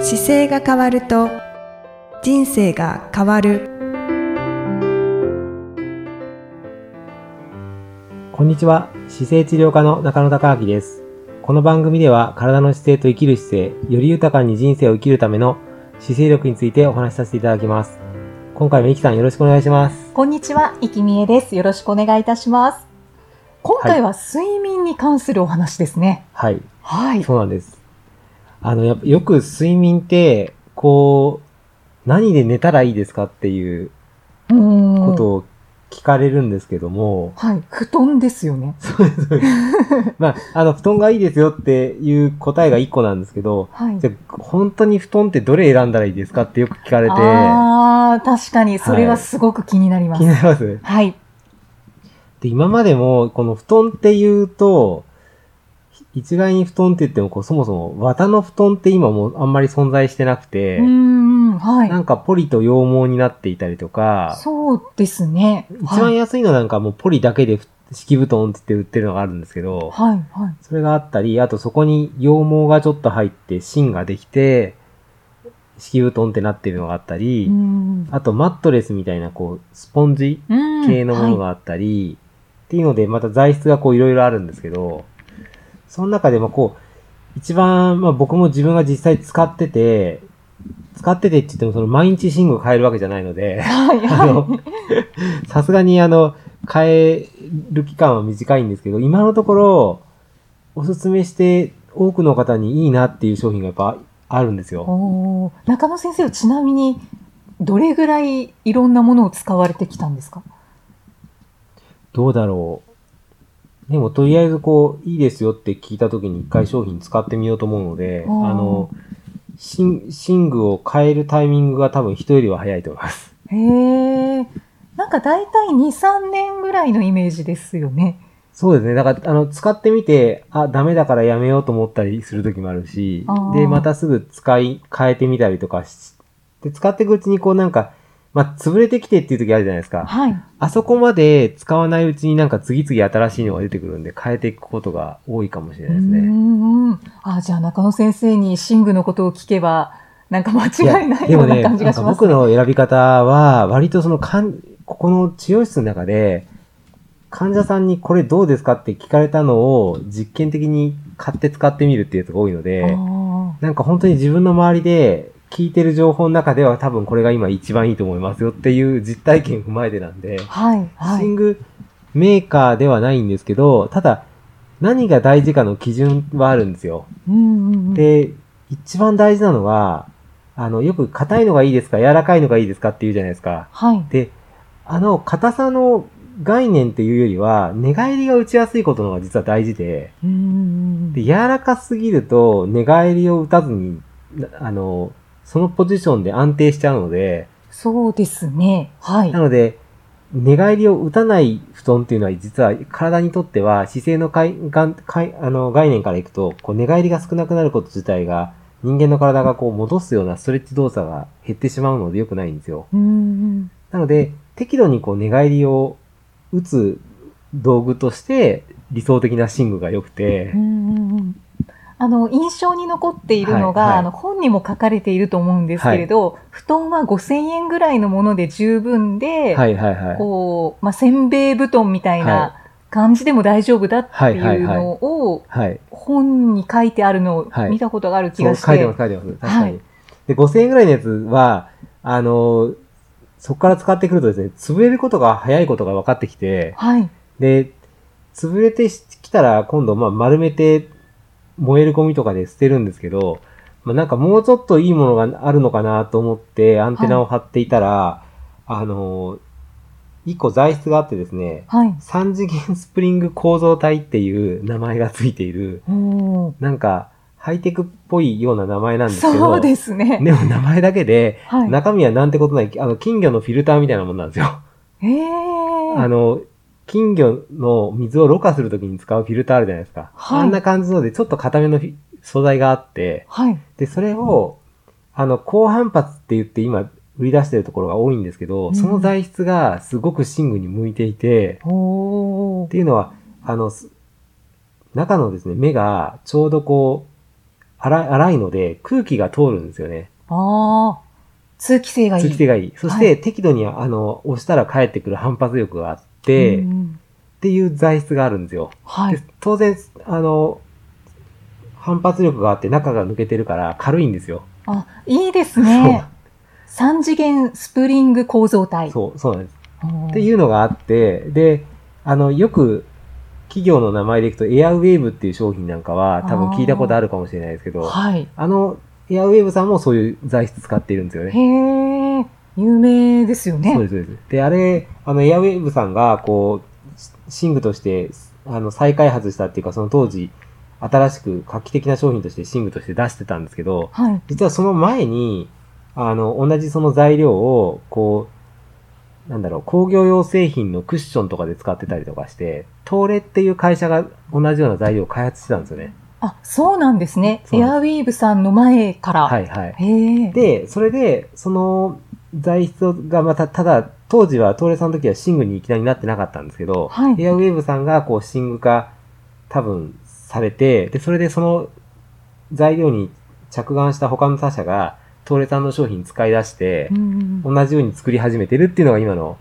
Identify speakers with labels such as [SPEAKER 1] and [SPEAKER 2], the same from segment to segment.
[SPEAKER 1] 姿勢が変わると人生が変わる
[SPEAKER 2] こんにちは。姿勢治療科の中野隆明です。この番組では、体の姿勢と生きる姿勢、より豊かに人生を生きるための姿勢力についてお話しさせていただきます。今回もイキさんよろしくお願いします。
[SPEAKER 3] こんにちは、いきみえです。よろしくお願いいたします。今回は睡眠に関するお話ですね。
[SPEAKER 2] はい。
[SPEAKER 3] はい。
[SPEAKER 2] そうなんです。あの、やっぱよく睡眠って、こう、何で寝たらいいですかっていう
[SPEAKER 3] うーん
[SPEAKER 2] ことを聞かれるんですけども、
[SPEAKER 3] はい。布団ですよね。
[SPEAKER 2] まあ、あの、布団がいいですよっていう答えが1個なんですけど、
[SPEAKER 3] はい
[SPEAKER 2] じ。ゃあ本当に布団ってどれ選んだらいいですかってよく聞かれて、
[SPEAKER 3] ああ、確かに、それはすごく気になりま
[SPEAKER 2] 気
[SPEAKER 3] す。
[SPEAKER 2] に
[SPEAKER 3] はい。
[SPEAKER 2] なりますで、今までも、この布団って言うと、一概に布団って言っても、こう、そもそも綿の布団って今もうあんまり存在してなくて
[SPEAKER 3] うー、ん、
[SPEAKER 2] な
[SPEAKER 3] は。
[SPEAKER 2] いんかポリと羊毛になっていたりとか、
[SPEAKER 3] そうですね。
[SPEAKER 2] 一番
[SPEAKER 3] はい、
[SPEAKER 2] 安いのなんかもうポリだけでふ敷布団って言って売ってるのがあるんですけど、
[SPEAKER 3] はい、はい。
[SPEAKER 2] それがあったり、あとそこに羊毛がちょっと入って芯ができて、敷布団ってなってるのがあった
[SPEAKER 3] う
[SPEAKER 2] り
[SPEAKER 3] ー、ん。
[SPEAKER 2] あとマットレスみたいなこう、スポンジ系のものがあったり、っていうので、また材質がこういろいろあるんですけど、その中でもこう、一番、まあ僕も自分が実際使ってて、使っててって言ってもその毎日寝具変えるわけじゃないので、
[SPEAKER 3] はい、はい、
[SPEAKER 2] あの
[SPEAKER 3] はい。、
[SPEAKER 2] さすがにあの、変える期間は短いんですけど、今のところ、おすすめして多くの方にいいなっていう商品がやっぱあるんですよ。
[SPEAKER 3] おー中野先生はちなみに、どれぐらいいろんなものを使われてきたんですか
[SPEAKER 2] どうだろう。でも、とりあえずこう、いいですよって聞いた時に一回商品使ってみようと思うので、あ
[SPEAKER 3] おー
[SPEAKER 2] の、寝寝具を変えるタイミングが多分人よりは早いと思います。
[SPEAKER 3] へえ。なんか大体2、3年ぐらいのイメージですよね。
[SPEAKER 2] そうですね。だから、あの、使ってみて、あ、ダメだからやめようと思ったりする時もあるし
[SPEAKER 3] あ、ー
[SPEAKER 2] で、またすぐ使い、変えてみたりとかし、で、使っていくうちにこうなんか、まあ、潰れてきてっていう時あるじゃないですか。
[SPEAKER 3] はい。
[SPEAKER 2] あそこまで使わないうちになんか次々新しいのが出てくるんで、変えていくことが多いかもしれないです
[SPEAKER 3] う
[SPEAKER 2] ね。
[SPEAKER 3] んうん。あ、じゃあ中野先生に寝具のことを聞けば、なんか間違いない
[SPEAKER 2] や
[SPEAKER 3] いような感じが
[SPEAKER 2] でもね、なん
[SPEAKER 3] しま
[SPEAKER 2] か僕
[SPEAKER 3] す。
[SPEAKER 2] の選び方は、割とそのかん、ここの治療室の中で、患者さんにこれどうですかって聞かれたのを実験的に買って使ってみるっていうやつが多いので、
[SPEAKER 3] あ
[SPEAKER 2] なんか本当に自分の周りで聞いてる情報の中では多分これが今一番いいと思いますよっていう実体験を踏まえてなんで、
[SPEAKER 3] ーはい、は
[SPEAKER 2] シン
[SPEAKER 3] い。
[SPEAKER 2] グメーカーではないんですけど、ただ何が大事かの基準はあるんですよ。
[SPEAKER 3] うんうんうん、
[SPEAKER 2] で、一番大事なのは、あの、よく硬いのがいいですか、柔らかいのがいいですかって言うじゃないですか。
[SPEAKER 3] はい。
[SPEAKER 2] で、あの、硬さの概念っていうよりは、寝返りが打ちやすいことの方が実は大事で、
[SPEAKER 3] うんうんう
[SPEAKER 2] で、
[SPEAKER 3] ん
[SPEAKER 2] 柔らかすぎると、寝返りを打たずに、なあの、そのポジションで安定しちゃうので、
[SPEAKER 3] そうですね。はい
[SPEAKER 2] な。ので、寝返りを打たない布団っていうのは、実は体にとっては姿勢のかいがんかいあの概念からいくと、こう寝返りが少なくなること自体が、人間の体がこう戻すようなストレッチ動作が減ってしまうので良くないんですよ。
[SPEAKER 3] うん
[SPEAKER 2] なので、適度にこう寝返りを打つ道具として、理想的な寝具が良くて、
[SPEAKER 3] うんうんうんうんあの、印象に残っているのが、
[SPEAKER 2] はいはい
[SPEAKER 3] あの、本にも書かれていると思うんですけれど、布団は5000円ぐらいのもので十分で、
[SPEAKER 2] はいはいはい。
[SPEAKER 3] こう、まあ、せんべい布団みたいな感じでも大丈夫だっていうのを
[SPEAKER 2] はい。
[SPEAKER 3] 本に書いてあるのを
[SPEAKER 2] はい
[SPEAKER 3] 見たことがある気
[SPEAKER 2] そう
[SPEAKER 3] がして。
[SPEAKER 2] 書いてます、書いてます。確かに。
[SPEAKER 3] はい
[SPEAKER 2] で、5000円ぐらいのやつは、あのーそこから使ってくるとですね、潰れることが早いことが分かってきて、
[SPEAKER 3] はい。
[SPEAKER 2] で、潰れてきたら今度、まあ、丸めて燃えるゴミとかで捨てるんですけど、まあ、なんかもうちょっといいものがあるのかなと思ってアンテナを張っていたら、あのー、1個材質があってですね、
[SPEAKER 3] はい。
[SPEAKER 2] 3次元スプリング構造体っていう名前がついている、
[SPEAKER 3] お
[SPEAKER 2] なんか、ハイテクっぽいような名前なん
[SPEAKER 3] ー
[SPEAKER 2] ですけど。
[SPEAKER 3] そうですね。
[SPEAKER 2] でも名前だけで、
[SPEAKER 3] はい。
[SPEAKER 2] 中身はなんてことない、あの、金魚のフィルターみたいなもんなんですよ。
[SPEAKER 3] え
[SPEAKER 2] あ
[SPEAKER 3] ー。
[SPEAKER 2] の、金魚の水をろ過するときに使うフィルターあるじゃないですか。
[SPEAKER 3] はい
[SPEAKER 2] あんな感じので、ちょっと硬めのフィ素材があって、
[SPEAKER 3] はい。
[SPEAKER 2] で、それを、あの、高反発って言って今、売り出してるところが多いんですけど、
[SPEAKER 3] うん
[SPEAKER 2] その材質がすごく寝具に向いていて、
[SPEAKER 3] お
[SPEAKER 2] っ
[SPEAKER 3] ー
[SPEAKER 2] ていうのは、あの、す中のですね、目がちょうどこう、荒い荒いので空気が通るんですよね。
[SPEAKER 3] ああ、通気性がいい。
[SPEAKER 2] 通気性がいい。そし
[SPEAKER 3] は
[SPEAKER 2] て適度に、あの、押したら返ってくる反発力があって、
[SPEAKER 3] う
[SPEAKER 2] っ
[SPEAKER 3] ん
[SPEAKER 2] ていう材質があるんですよ。
[SPEAKER 3] は
[SPEAKER 2] で
[SPEAKER 3] い。
[SPEAKER 2] 当然、あの、反発力があって中が抜けてるから軽いんですよ。
[SPEAKER 3] あ、いいですね。三次元スプリング構造体。
[SPEAKER 2] そう、そうなんです。
[SPEAKER 3] うん
[SPEAKER 2] っていうのがあって、で、あの、よく企業の名前でいくとエアウェーブっていう商品なんかは多分聞いたことあるかもしれないですけど、あ
[SPEAKER 3] はい。
[SPEAKER 2] の、エアウェーブさんもそういう材質使っているんですよね。
[SPEAKER 3] へえ、有名ですよ
[SPEAKER 2] そう
[SPEAKER 3] ね。
[SPEAKER 2] です、そうです。で、あれ、あの、エアウェーブさんが、こう、し寝具として、あの、再開発したっていうか、その当時、新しく画期的な商品として寝具として出してたんですけど、
[SPEAKER 3] はい。
[SPEAKER 2] 実はその前に、あの、同じその材料を、こう、なんだろう、工業用製品のクッションとかで使ってたりとかして、東レっていう会社が同じような材料を開発してたんですよね。
[SPEAKER 3] あ、そうなんですね。
[SPEAKER 2] そう
[SPEAKER 3] エ
[SPEAKER 2] な
[SPEAKER 3] アウィーブさんの前から。
[SPEAKER 2] はいはい。
[SPEAKER 3] へえ。
[SPEAKER 2] で、それで、その材質がまた、ただ、当時は、東レさんの時は寝具にいきなりなってなかったんですけど、
[SPEAKER 3] はい
[SPEAKER 2] エアウェーブさんが、こう、寝具化、多分、されて、で、それでその材料に着眼した他の他社が、東レさんの商品使い出して、
[SPEAKER 3] うん
[SPEAKER 2] 同じように作り始めてるっていうのが今の、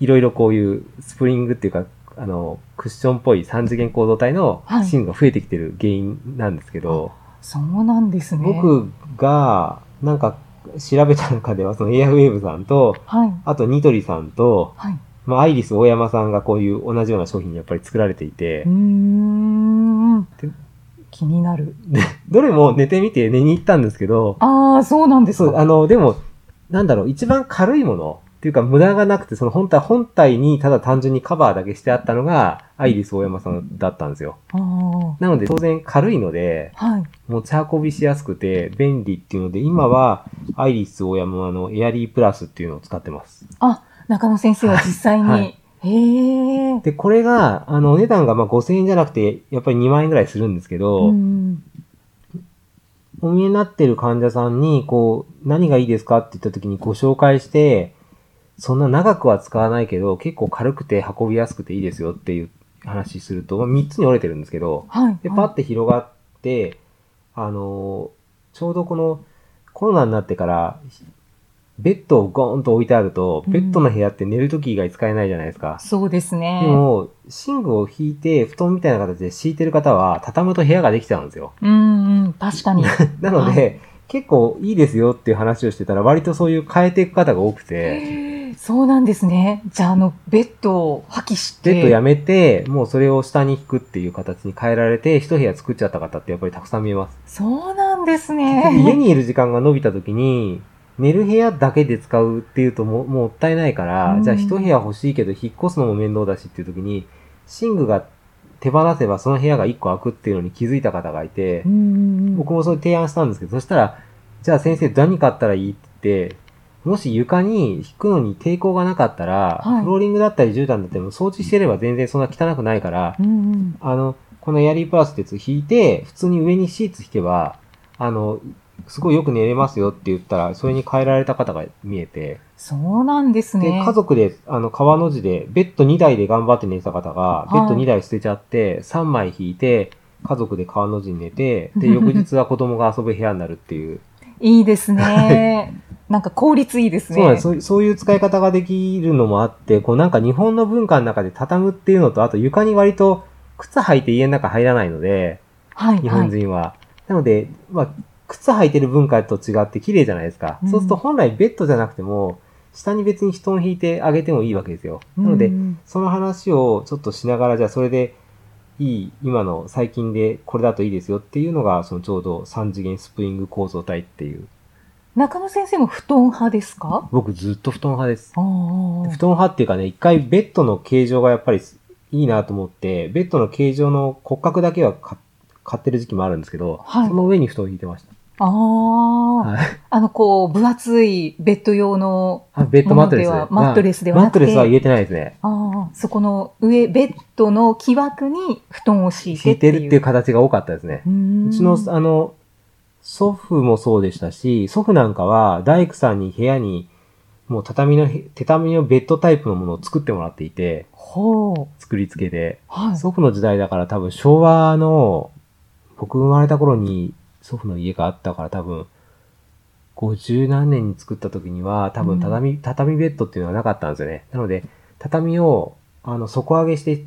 [SPEAKER 2] いろいろこういうスプリングっていうか、あの、クッションっぽい三次元構造体の
[SPEAKER 3] はい
[SPEAKER 2] シーンが増えてきてる原因なんですけど、
[SPEAKER 3] そうなんですね。
[SPEAKER 2] 僕が、なんか、調べた中では、そのエアウェーブさんと、
[SPEAKER 3] はい。
[SPEAKER 2] あとニトリさんと、
[SPEAKER 3] はい。
[SPEAKER 2] まあ、アイリス大山さんがこういう同じような商品やっぱり作られていて
[SPEAKER 3] うー、ん
[SPEAKER 2] で。
[SPEAKER 3] 気になる。
[SPEAKER 2] どれも寝てみて寝に行ったんですけど、
[SPEAKER 3] ああ、そうなんです
[SPEAKER 2] そう、
[SPEAKER 3] か。
[SPEAKER 2] あの、でも、なんだろう、一番軽いものっていうか無駄がなくて、その本体、本体にただ単純にカバーだけしてあったのが、アイリス大山さんだったんですよ。
[SPEAKER 3] あー
[SPEAKER 2] なので、当然軽いので、
[SPEAKER 3] はい。
[SPEAKER 2] 持ち運びしやすくて便利っていうので、今は、アイリス大山のエアリープラスっていうのを使ってます。
[SPEAKER 3] あ、中野先生は実際に。
[SPEAKER 2] はい
[SPEAKER 3] へえ。
[SPEAKER 2] で、これが、あの、お値段がまあ5000円じゃなくて、やっぱり2万円ぐらいするんですけど、
[SPEAKER 3] うん
[SPEAKER 2] お見えになってる患者さんに、こう、何がいいですかって言った時にご紹介して、そんな長くは使わないけど、結構軽くて運びやすくていいですよっていう話すると、まあ、3つに折れてるんですけど、
[SPEAKER 3] はい。
[SPEAKER 2] で、パッて広がって、あのーちょうどこのコロナになってから、ベッドをゴーンと置いてあると、ベッドの部屋って寝る時以外使えないじゃないですか。
[SPEAKER 3] そうですね
[SPEAKER 2] で。も、寝具を引いて、布団みたいな形で敷いてる方は、畳むと部屋ができちゃうんですよ。
[SPEAKER 3] うんうん、確かに。
[SPEAKER 2] なの
[SPEAKER 3] は
[SPEAKER 2] で、結構いいですよっていう話をしてたら、割とそういう変えていく方が多くて、
[SPEAKER 3] へーそうなんですね。じゃあ、あの、ベッドを破棄して。
[SPEAKER 2] ベッドやめて、もうそれを下に引くっていう形に変えられて、一部屋作っちゃった方ってやっぱりたくさん見えます。
[SPEAKER 3] そうなんで
[SPEAKER 2] 家
[SPEAKER 3] すね。
[SPEAKER 2] にいる時間が伸びた時に、寝る部屋だけで使うっていうとももったいないから、
[SPEAKER 3] うん
[SPEAKER 2] じゃあ一部屋欲しいけど引っ越すのも面倒だしっていう時に、寝具が手放せばその部屋が一個空くっていうのに気づいた方がいて、
[SPEAKER 3] うんうん
[SPEAKER 2] 僕もそれ提案したんですけど、そしたら、じゃあ先生何買ったらいいって言って、もし床に引くのに抵抗がなかったら、
[SPEAKER 3] はい
[SPEAKER 2] フローリングだったり絨毯だったりも掃除してれば全然そんな汚くないから、
[SPEAKER 3] うんうん。
[SPEAKER 2] あの、このエアリープラスってやつ引いて、普通に上にシーツ引けば、あの、すごいよく寝れますよって言ったら、それに変えられた方が見えて、
[SPEAKER 3] そうなんです
[SPEAKER 2] で、
[SPEAKER 3] ね。
[SPEAKER 2] 家族で、あの、川の字で、ベッド2台で頑張って寝てた方が、
[SPEAKER 3] い
[SPEAKER 2] ベッド2台捨てちゃって、3枚引いて、家族で川の字に寝て、 で、翌日は子供が遊ぶ部屋になるっていう。
[SPEAKER 3] いいですね。なんか効率いいですね。
[SPEAKER 2] そうなんですそう。そういう使い方ができるのもあって、こうなんか日本の文化の中で畳むっていうのと、あと床に割と靴履いて家の中入らないので、
[SPEAKER 3] はい、
[SPEAKER 2] 日本人は。なので、まあ、靴履いてる文化と違って綺麗じゃないですか。
[SPEAKER 3] うん
[SPEAKER 2] そうすると本来ベッドじゃなくても、下に別に布団を引いてあげてもいいわけですよ。なので
[SPEAKER 3] う、ん
[SPEAKER 2] その話をちょっとしながら、じゃあそれでいい、今の最近でこれだといいですよっていうのが、そのちょうど3次元スプリング構造体っていう。
[SPEAKER 3] 中野先生も布団派ですか
[SPEAKER 2] 僕ずっと布団派です。
[SPEAKER 3] ああ
[SPEAKER 2] 布団派っていうかね、一回ベッドの形状がやっぱりいいなと思って、ベッドの形状の骨格だけは買買ってる時期もあるんですけど、
[SPEAKER 3] はい
[SPEAKER 2] その上に布団を引いてました。
[SPEAKER 3] ああ、
[SPEAKER 2] はい
[SPEAKER 3] あの、こう、分厚いベッド用の、
[SPEAKER 2] あ、ベッドマットレス
[SPEAKER 3] ものではマットレスでは
[SPEAKER 2] マ
[SPEAKER 3] な
[SPEAKER 2] ット
[SPEAKER 3] くて
[SPEAKER 2] レスは入れてないですね。
[SPEAKER 3] ああ、そこの上、ベッドの木枠に布団を敷い
[SPEAKER 2] 敷い
[SPEAKER 3] てってい
[SPEAKER 2] て
[SPEAKER 3] う。
[SPEAKER 2] るっていう形が多かったですね。
[SPEAKER 3] うーん
[SPEAKER 2] うちの、あの、祖父もそうでしたし、祖父なんかは大工さんに部屋に、もう畳のへ、畳のベッドタイプのものを作ってもらっていて、
[SPEAKER 3] ほう。
[SPEAKER 2] 作り付けで。
[SPEAKER 3] はい。
[SPEAKER 2] 祖父の時代だから多分昭和の、僕生まれた頃に祖父の家があったから多分、50何年に作った時には、多分畳、畳ベッドっていうのはなかったんですよね。なので、畳を、あの、底上げして、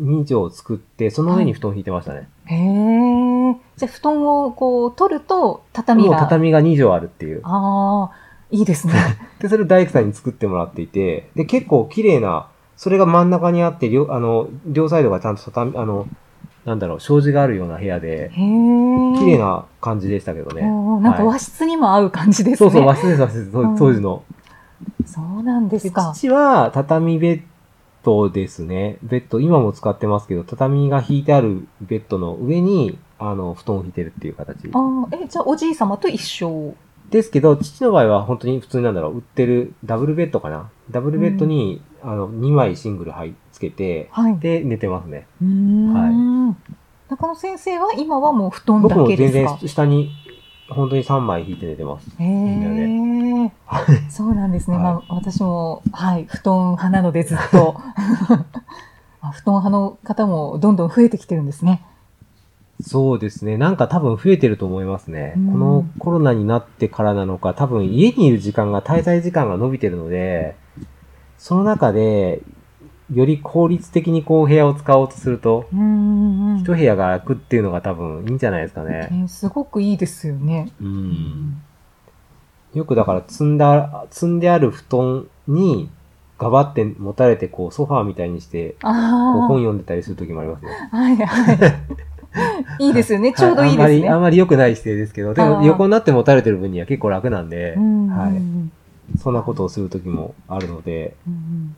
[SPEAKER 2] 2畳作って、その上に布団を引いてましたね。
[SPEAKER 3] へえ。じゃあ、布団をこう、取ると、畳
[SPEAKER 2] もう
[SPEAKER 3] が。
[SPEAKER 2] 畳が2畳あるっていう。
[SPEAKER 3] ああ、い いですね。
[SPEAKER 2] で、それを大工さんに作ってもらっていて、で、結構綺麗な、それが真ん中にあって、両、あの、両サイドがちゃんと畳、あの、なんだろう、障子があるような部屋で、
[SPEAKER 3] へえ。
[SPEAKER 2] 綺麗な感じでしたけどね。
[SPEAKER 3] おーなんか
[SPEAKER 2] はい
[SPEAKER 3] 和室にも合う感じです
[SPEAKER 2] そ
[SPEAKER 3] ね。
[SPEAKER 2] うそう、忘れたです、当
[SPEAKER 3] うん
[SPEAKER 2] 当時の。
[SPEAKER 3] そうなんですか。
[SPEAKER 2] 父は畳ベッドですね。ベッド、今も使ってますけど、畳が引いてあるベッドの上に、あの、布団を引いてるっていう形。
[SPEAKER 3] あーえ、じゃあおじい様と一緒。
[SPEAKER 2] ですけど、父の場合は本当に普通になんだろう、売ってるダブルベッドかな。ダブルベッドに、あの、2枚シングルはいつけて、
[SPEAKER 3] はい。
[SPEAKER 2] で、寝てますね。
[SPEAKER 3] うーん中野先生は今はもう布団だ
[SPEAKER 2] 僕も
[SPEAKER 3] けで
[SPEAKER 2] 全
[SPEAKER 3] す
[SPEAKER 2] 然
[SPEAKER 3] か
[SPEAKER 2] 下に、本当に3枚引いて寝てます。
[SPEAKER 3] へえ。そうなんですね。
[SPEAKER 2] はい
[SPEAKER 3] まあ、私も、はい、布団派なのでずっ と。あ布団派の方もどんどん増えてきてるんですね。
[SPEAKER 2] そうですね。なんか多分増えてると思いますね。
[SPEAKER 3] うん
[SPEAKER 2] このコロナになってからなのか、多分家にいる時間が、滞在時間が伸びてるので、その中で、より効率的にこう部屋を使おうとすると、
[SPEAKER 3] うーん。
[SPEAKER 2] 一部屋が空くっていうのが多分いいんじゃないですかね。
[SPEAKER 3] ねすごくいいですよね。
[SPEAKER 2] うん。よくだから積んだ、積んである布団に、ガバって持たれて、こうソファーみたいにして、こう
[SPEAKER 3] あ
[SPEAKER 2] 本読んでたりする時もありますね。
[SPEAKER 3] あ。はい はい。いいですよね。ちょうどいいで
[SPEAKER 2] はあん
[SPEAKER 3] す
[SPEAKER 2] まり、
[SPEAKER 3] ね
[SPEAKER 2] あ。んまり良くない姿勢ですけど、で
[SPEAKER 3] あ
[SPEAKER 2] も
[SPEAKER 3] ー
[SPEAKER 2] 横になって持たれてる分には結構楽なんで
[SPEAKER 3] う、ん
[SPEAKER 2] はい
[SPEAKER 3] うん
[SPEAKER 2] そんなことをする時もあるので、
[SPEAKER 3] うん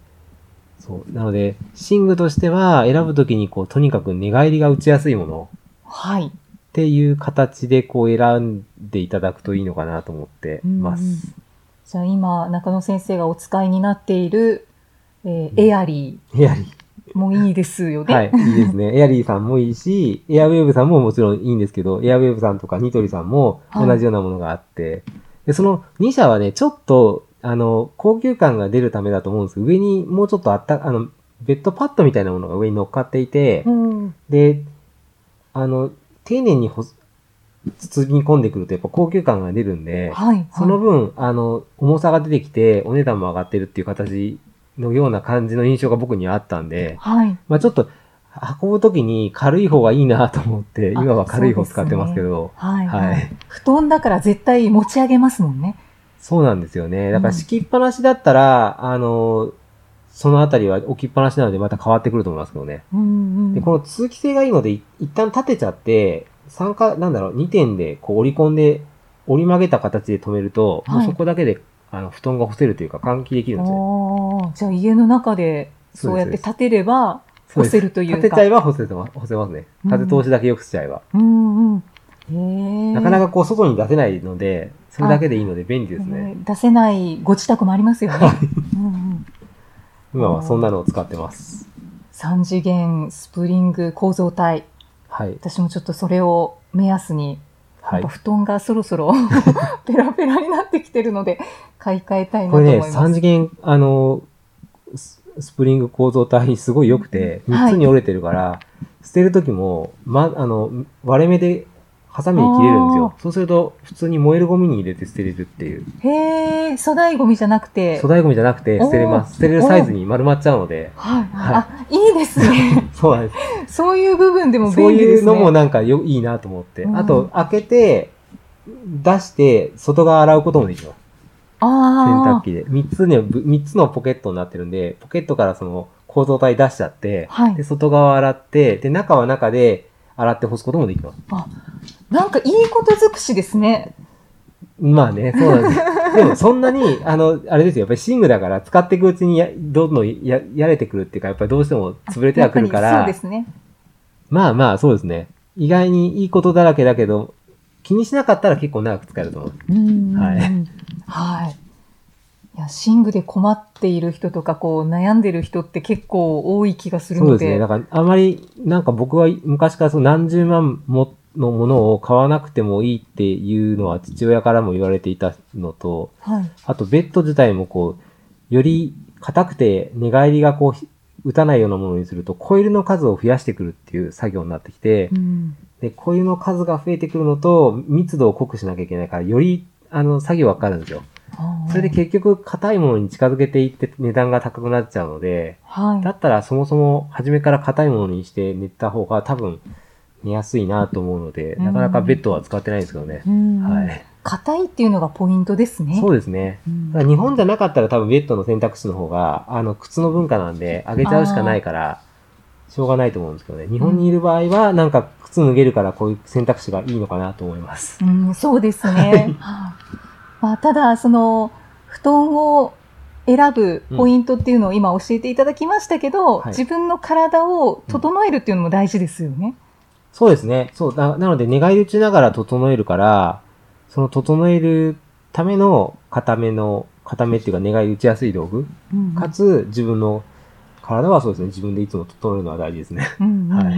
[SPEAKER 2] そう。なので、寝具としては選ぶ時にこう、とにかく寝返りが打ちやすいもの
[SPEAKER 3] はい。
[SPEAKER 2] っていう形でこう選んでいただくといいのかなと思ってます。
[SPEAKER 3] うんうんじゃあ今、中野先生がお使いになっている、えーエアリ
[SPEAKER 2] エアリー。
[SPEAKER 3] ーもいいですよね。
[SPEAKER 2] はい、いいですね。エアリーさんもいいし、エアウェーブさんももちろんいいんですけど、エアウェーブさんとかニトリさんも
[SPEAKER 3] はい
[SPEAKER 2] 同じようなものがあって、でその2社はね、ちょっと、あの、高級感が出るためだと思うんですけど、上にもうちょっとあった、あの、ベッドパッドみたいなものが上に乗っかっていて、
[SPEAKER 3] うん
[SPEAKER 2] で、あの、丁寧にほ包み込んでくるとやっぱ高級感が出るんで、
[SPEAKER 3] はい。
[SPEAKER 2] その分、あの、重さが出てきて、お値段も上がってるっていう形のような感じの印象が僕にはあったんで、
[SPEAKER 3] はい。
[SPEAKER 2] まあちょっと、運ぶときに軽い方がいいなと思って、今は軽い方使ってますけど、
[SPEAKER 3] はい。
[SPEAKER 2] は
[SPEAKER 3] はいい。。布団だから絶対持ち上げますもんね。
[SPEAKER 2] そうなんですよね。だか
[SPEAKER 3] うん
[SPEAKER 2] ら敷きっぱなしだったら、あの、そのあたりは置きっぱなしなのでまた変わってくると思いますけどね。
[SPEAKER 3] うんう
[SPEAKER 2] で、
[SPEAKER 3] ん。
[SPEAKER 2] この通気性がいいので、い一旦立てちゃって、三か、なんだろう、2点でこう折り込んで、折り曲げた形で止めると、
[SPEAKER 3] はい
[SPEAKER 2] もうそこだけで、あの、布団が干せるというか、換気できるんですよ。
[SPEAKER 3] おーじゃあ家の中でそうやって立てれば
[SPEAKER 2] そう
[SPEAKER 3] 干
[SPEAKER 2] です
[SPEAKER 3] せるというか。
[SPEAKER 2] 立てちゃえば干せてま干せますね。
[SPEAKER 3] うん
[SPEAKER 2] 立て通しだけよくしちゃえば。
[SPEAKER 3] うんうん。へえ。
[SPEAKER 2] なかな
[SPEAKER 3] か
[SPEAKER 2] かこう、外に出せないので、それだけでいいので便利ですね。
[SPEAKER 3] 出せないご自宅もありますよね。うんうん
[SPEAKER 2] 今はそんなのを使ってます。
[SPEAKER 3] 三次元スプリング構造体。
[SPEAKER 2] はい。
[SPEAKER 3] 私もちょっとそれを目安に、
[SPEAKER 2] はい
[SPEAKER 3] やっぱ。布団がそろそろ ペラペラになってきてるので、買い替えたいなと
[SPEAKER 2] これ
[SPEAKER 3] 思い
[SPEAKER 2] ね、
[SPEAKER 3] ます。
[SPEAKER 2] 3次元、あの、ススプリング構造体すごい良くて、
[SPEAKER 3] はい
[SPEAKER 2] 3つに折れてるから、捨てるときも、ま、あの、割れ目で、ハサミで切れるんですよ。そうすると、普通に燃えるゴミに入れて捨てれるっていう。
[SPEAKER 3] へえ、粗大ゴミじゃなくて。
[SPEAKER 2] 粗大ゴミじゃなくて捨てれま
[SPEAKER 3] おー
[SPEAKER 2] す。捨てれるサイズに丸まっちゃうので。
[SPEAKER 3] はい、
[SPEAKER 2] はい
[SPEAKER 3] あ、いいで すね。
[SPEAKER 2] そうなんです。
[SPEAKER 3] そういう部分でも
[SPEAKER 2] そう
[SPEAKER 3] 便利で
[SPEAKER 2] いう
[SPEAKER 3] すね。
[SPEAKER 2] のもなんかよいいなと思って。
[SPEAKER 3] うん
[SPEAKER 2] あと、開けて、出して、外側洗うこともできます。洗
[SPEAKER 3] あ
[SPEAKER 2] 濯機で。3つね、ぶ三つのポケットになってるんで、ポケットからその構造体出しちゃって
[SPEAKER 3] あ、、はい
[SPEAKER 2] で、。外側洗って、で、中は中で洗って干すこともできます。
[SPEAKER 3] なんかいいこと尽くしですね。
[SPEAKER 2] まあね、そうなん です。でもそんなに、あの、あれですよ、やっぱり寝具だから使っていくうちにや、どんどんや、やれてくるっていうか、やっぱりどうしても潰れてはくるか
[SPEAKER 3] やっ
[SPEAKER 2] ら
[SPEAKER 3] ぱり、そうですね。
[SPEAKER 2] まあまあ、そうですね。意外にいいことだらけだけど、気にしなかったら結構長く使えると思う。
[SPEAKER 3] うん。
[SPEAKER 2] はい
[SPEAKER 3] はい。いや、寝具で困っている人とか、こう、悩んでる人って結構多い気がする
[SPEAKER 2] そう
[SPEAKER 3] の
[SPEAKER 2] ですね。
[SPEAKER 3] で。
[SPEAKER 2] だから、あまり、なんか僕は昔からその何十万ものものを買わなくてもいいっていうのは父親からも言われていたのと、
[SPEAKER 3] はい。
[SPEAKER 2] あとベッド自体もこう、より硬くて寝返りがこうひ、打たないようなものにすると、コイルの数を増やしてくるっていう作業になってきて、
[SPEAKER 3] うん
[SPEAKER 2] で、コイルの数が増えてくるのと、密度を濃くしなきゃいけないから、より、あの、作業がかかるんですよ。
[SPEAKER 3] あー
[SPEAKER 2] それで結局、硬いものに近づけていって値段が高くなっちゃうので、
[SPEAKER 3] はい
[SPEAKER 2] だったらそもそも初めから硬いものにして寝た方が多分寝やすいなと思うので、
[SPEAKER 3] うん
[SPEAKER 2] なかなかベッドは使ってないんですけどね。
[SPEAKER 3] うん
[SPEAKER 2] はい。
[SPEAKER 3] 硬いっていうのがポイントですね。
[SPEAKER 2] そうですね。
[SPEAKER 3] うん
[SPEAKER 2] だから日本じゃなかったら多分ベッドの選択肢の方が、あの、靴の文化なんで、あげちゃうしかないから、しょうがないと思うんですけどね。日本にいる場合は、なんか靴脱げるからこういう選択肢がいいのかなと思います。
[SPEAKER 3] うん、そうですね。はいまあ、ただ、その、布団を選ぶポイントっていうのを今教えていただきましたけど、
[SPEAKER 2] うんはい
[SPEAKER 3] 自分の体を整えるっていうのも大事ですよね。
[SPEAKER 2] そうですね。そう。ななので、寝返り打ちながら整えるから、その整えるための固めの、固めっていうか寝返り打ちやすい道具
[SPEAKER 3] うん
[SPEAKER 2] かつ、自分の体はそうですね、自分でいつも整えるのは大事ですね。
[SPEAKER 3] うんうんうん
[SPEAKER 2] は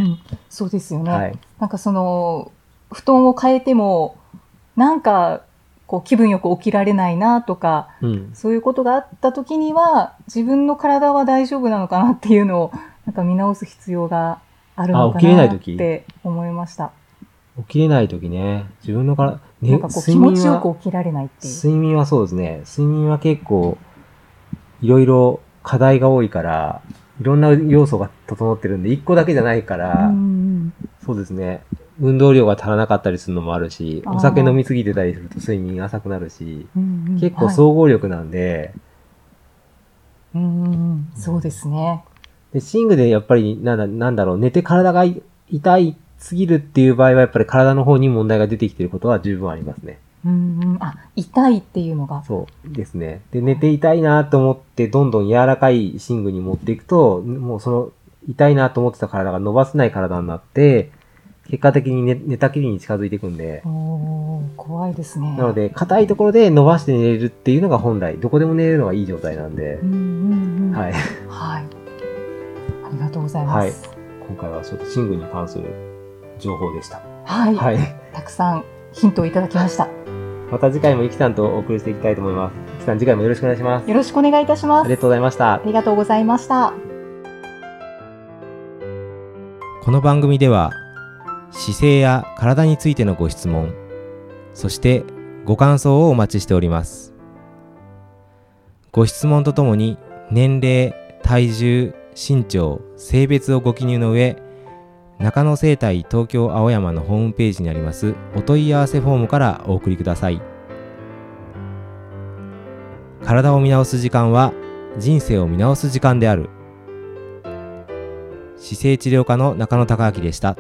[SPEAKER 3] そうですよ ね。
[SPEAKER 2] はい。
[SPEAKER 3] なんかその、布団を変えても、なんか、こう気分よく起きられないなとか、
[SPEAKER 2] うん。
[SPEAKER 3] そういうことがあった時には、自分の体は大丈夫なのかなっていうのを、なんか見直す必要があるの
[SPEAKER 2] あ
[SPEAKER 3] か
[SPEAKER 2] 起きれな
[SPEAKER 3] ないっ
[SPEAKER 2] 時
[SPEAKER 3] て思いました。
[SPEAKER 2] 起きれない時ね、自分の体、ね
[SPEAKER 3] なんかこう気
[SPEAKER 2] 睡眠は
[SPEAKER 3] 持ちよく起きられないっていう。
[SPEAKER 2] 睡眠はそうですね。睡眠は結構、いろいろ課題が多いから、いろんな要素が整ってるんで、一個だけじゃないから、
[SPEAKER 3] うん
[SPEAKER 2] そうですね。運動量が足らなかったりするのもあるし、
[SPEAKER 3] あー
[SPEAKER 2] お酒飲みすぎてたりすると睡眠が浅くなるし、
[SPEAKER 3] うんうん
[SPEAKER 2] 結構
[SPEAKER 3] はい
[SPEAKER 2] 総合力なんで、
[SPEAKER 3] うんうんうんそうですね。
[SPEAKER 2] で、寝具でやっぱり、なんだ、なんだろう、寝て体がい痛いすぎるっていう場合は、やっぱり体の方に問題が出てきてることは十分ありますね。
[SPEAKER 3] うんうんあ痛いっていうのが。
[SPEAKER 2] そうですね。で、寝て痛いなと思って、どんどん柔らかい寝具に持っていくと、もうその、痛いなと思ってた体が伸ばせない体になって、結果的に寝寝たきりに近づいていくんで、
[SPEAKER 3] おー怖いですね。
[SPEAKER 2] なので、硬いところで伸ばして寝れるっていうのが本来、どこでも寝れるのがいい状態なんで
[SPEAKER 3] う、んうんうん
[SPEAKER 2] はい。
[SPEAKER 3] はい。ありがとうございます。
[SPEAKER 2] 今回はちょっと寝具に関する情報でした。
[SPEAKER 3] はい。
[SPEAKER 2] はい。
[SPEAKER 3] たくさんヒントをいただきました。
[SPEAKER 2] また次回もイキさんとお送りしていきたいと思います。イキさん次回もよろしくお願いします。
[SPEAKER 3] よろしくお願いいたしま
[SPEAKER 2] ありが
[SPEAKER 3] す。
[SPEAKER 2] とうございました
[SPEAKER 3] あ。りがとうございました。
[SPEAKER 2] この番組では姿勢や体についてのご質問そしてご感想をお待ちしておりますご質問とともに年齢体重身長性別をご記入の上中野生態東京青山のホームページにありますお問い合わせフォームからお送りください体を見直す時間は人生を見直す時間である姿勢治療科の中野孝明でした。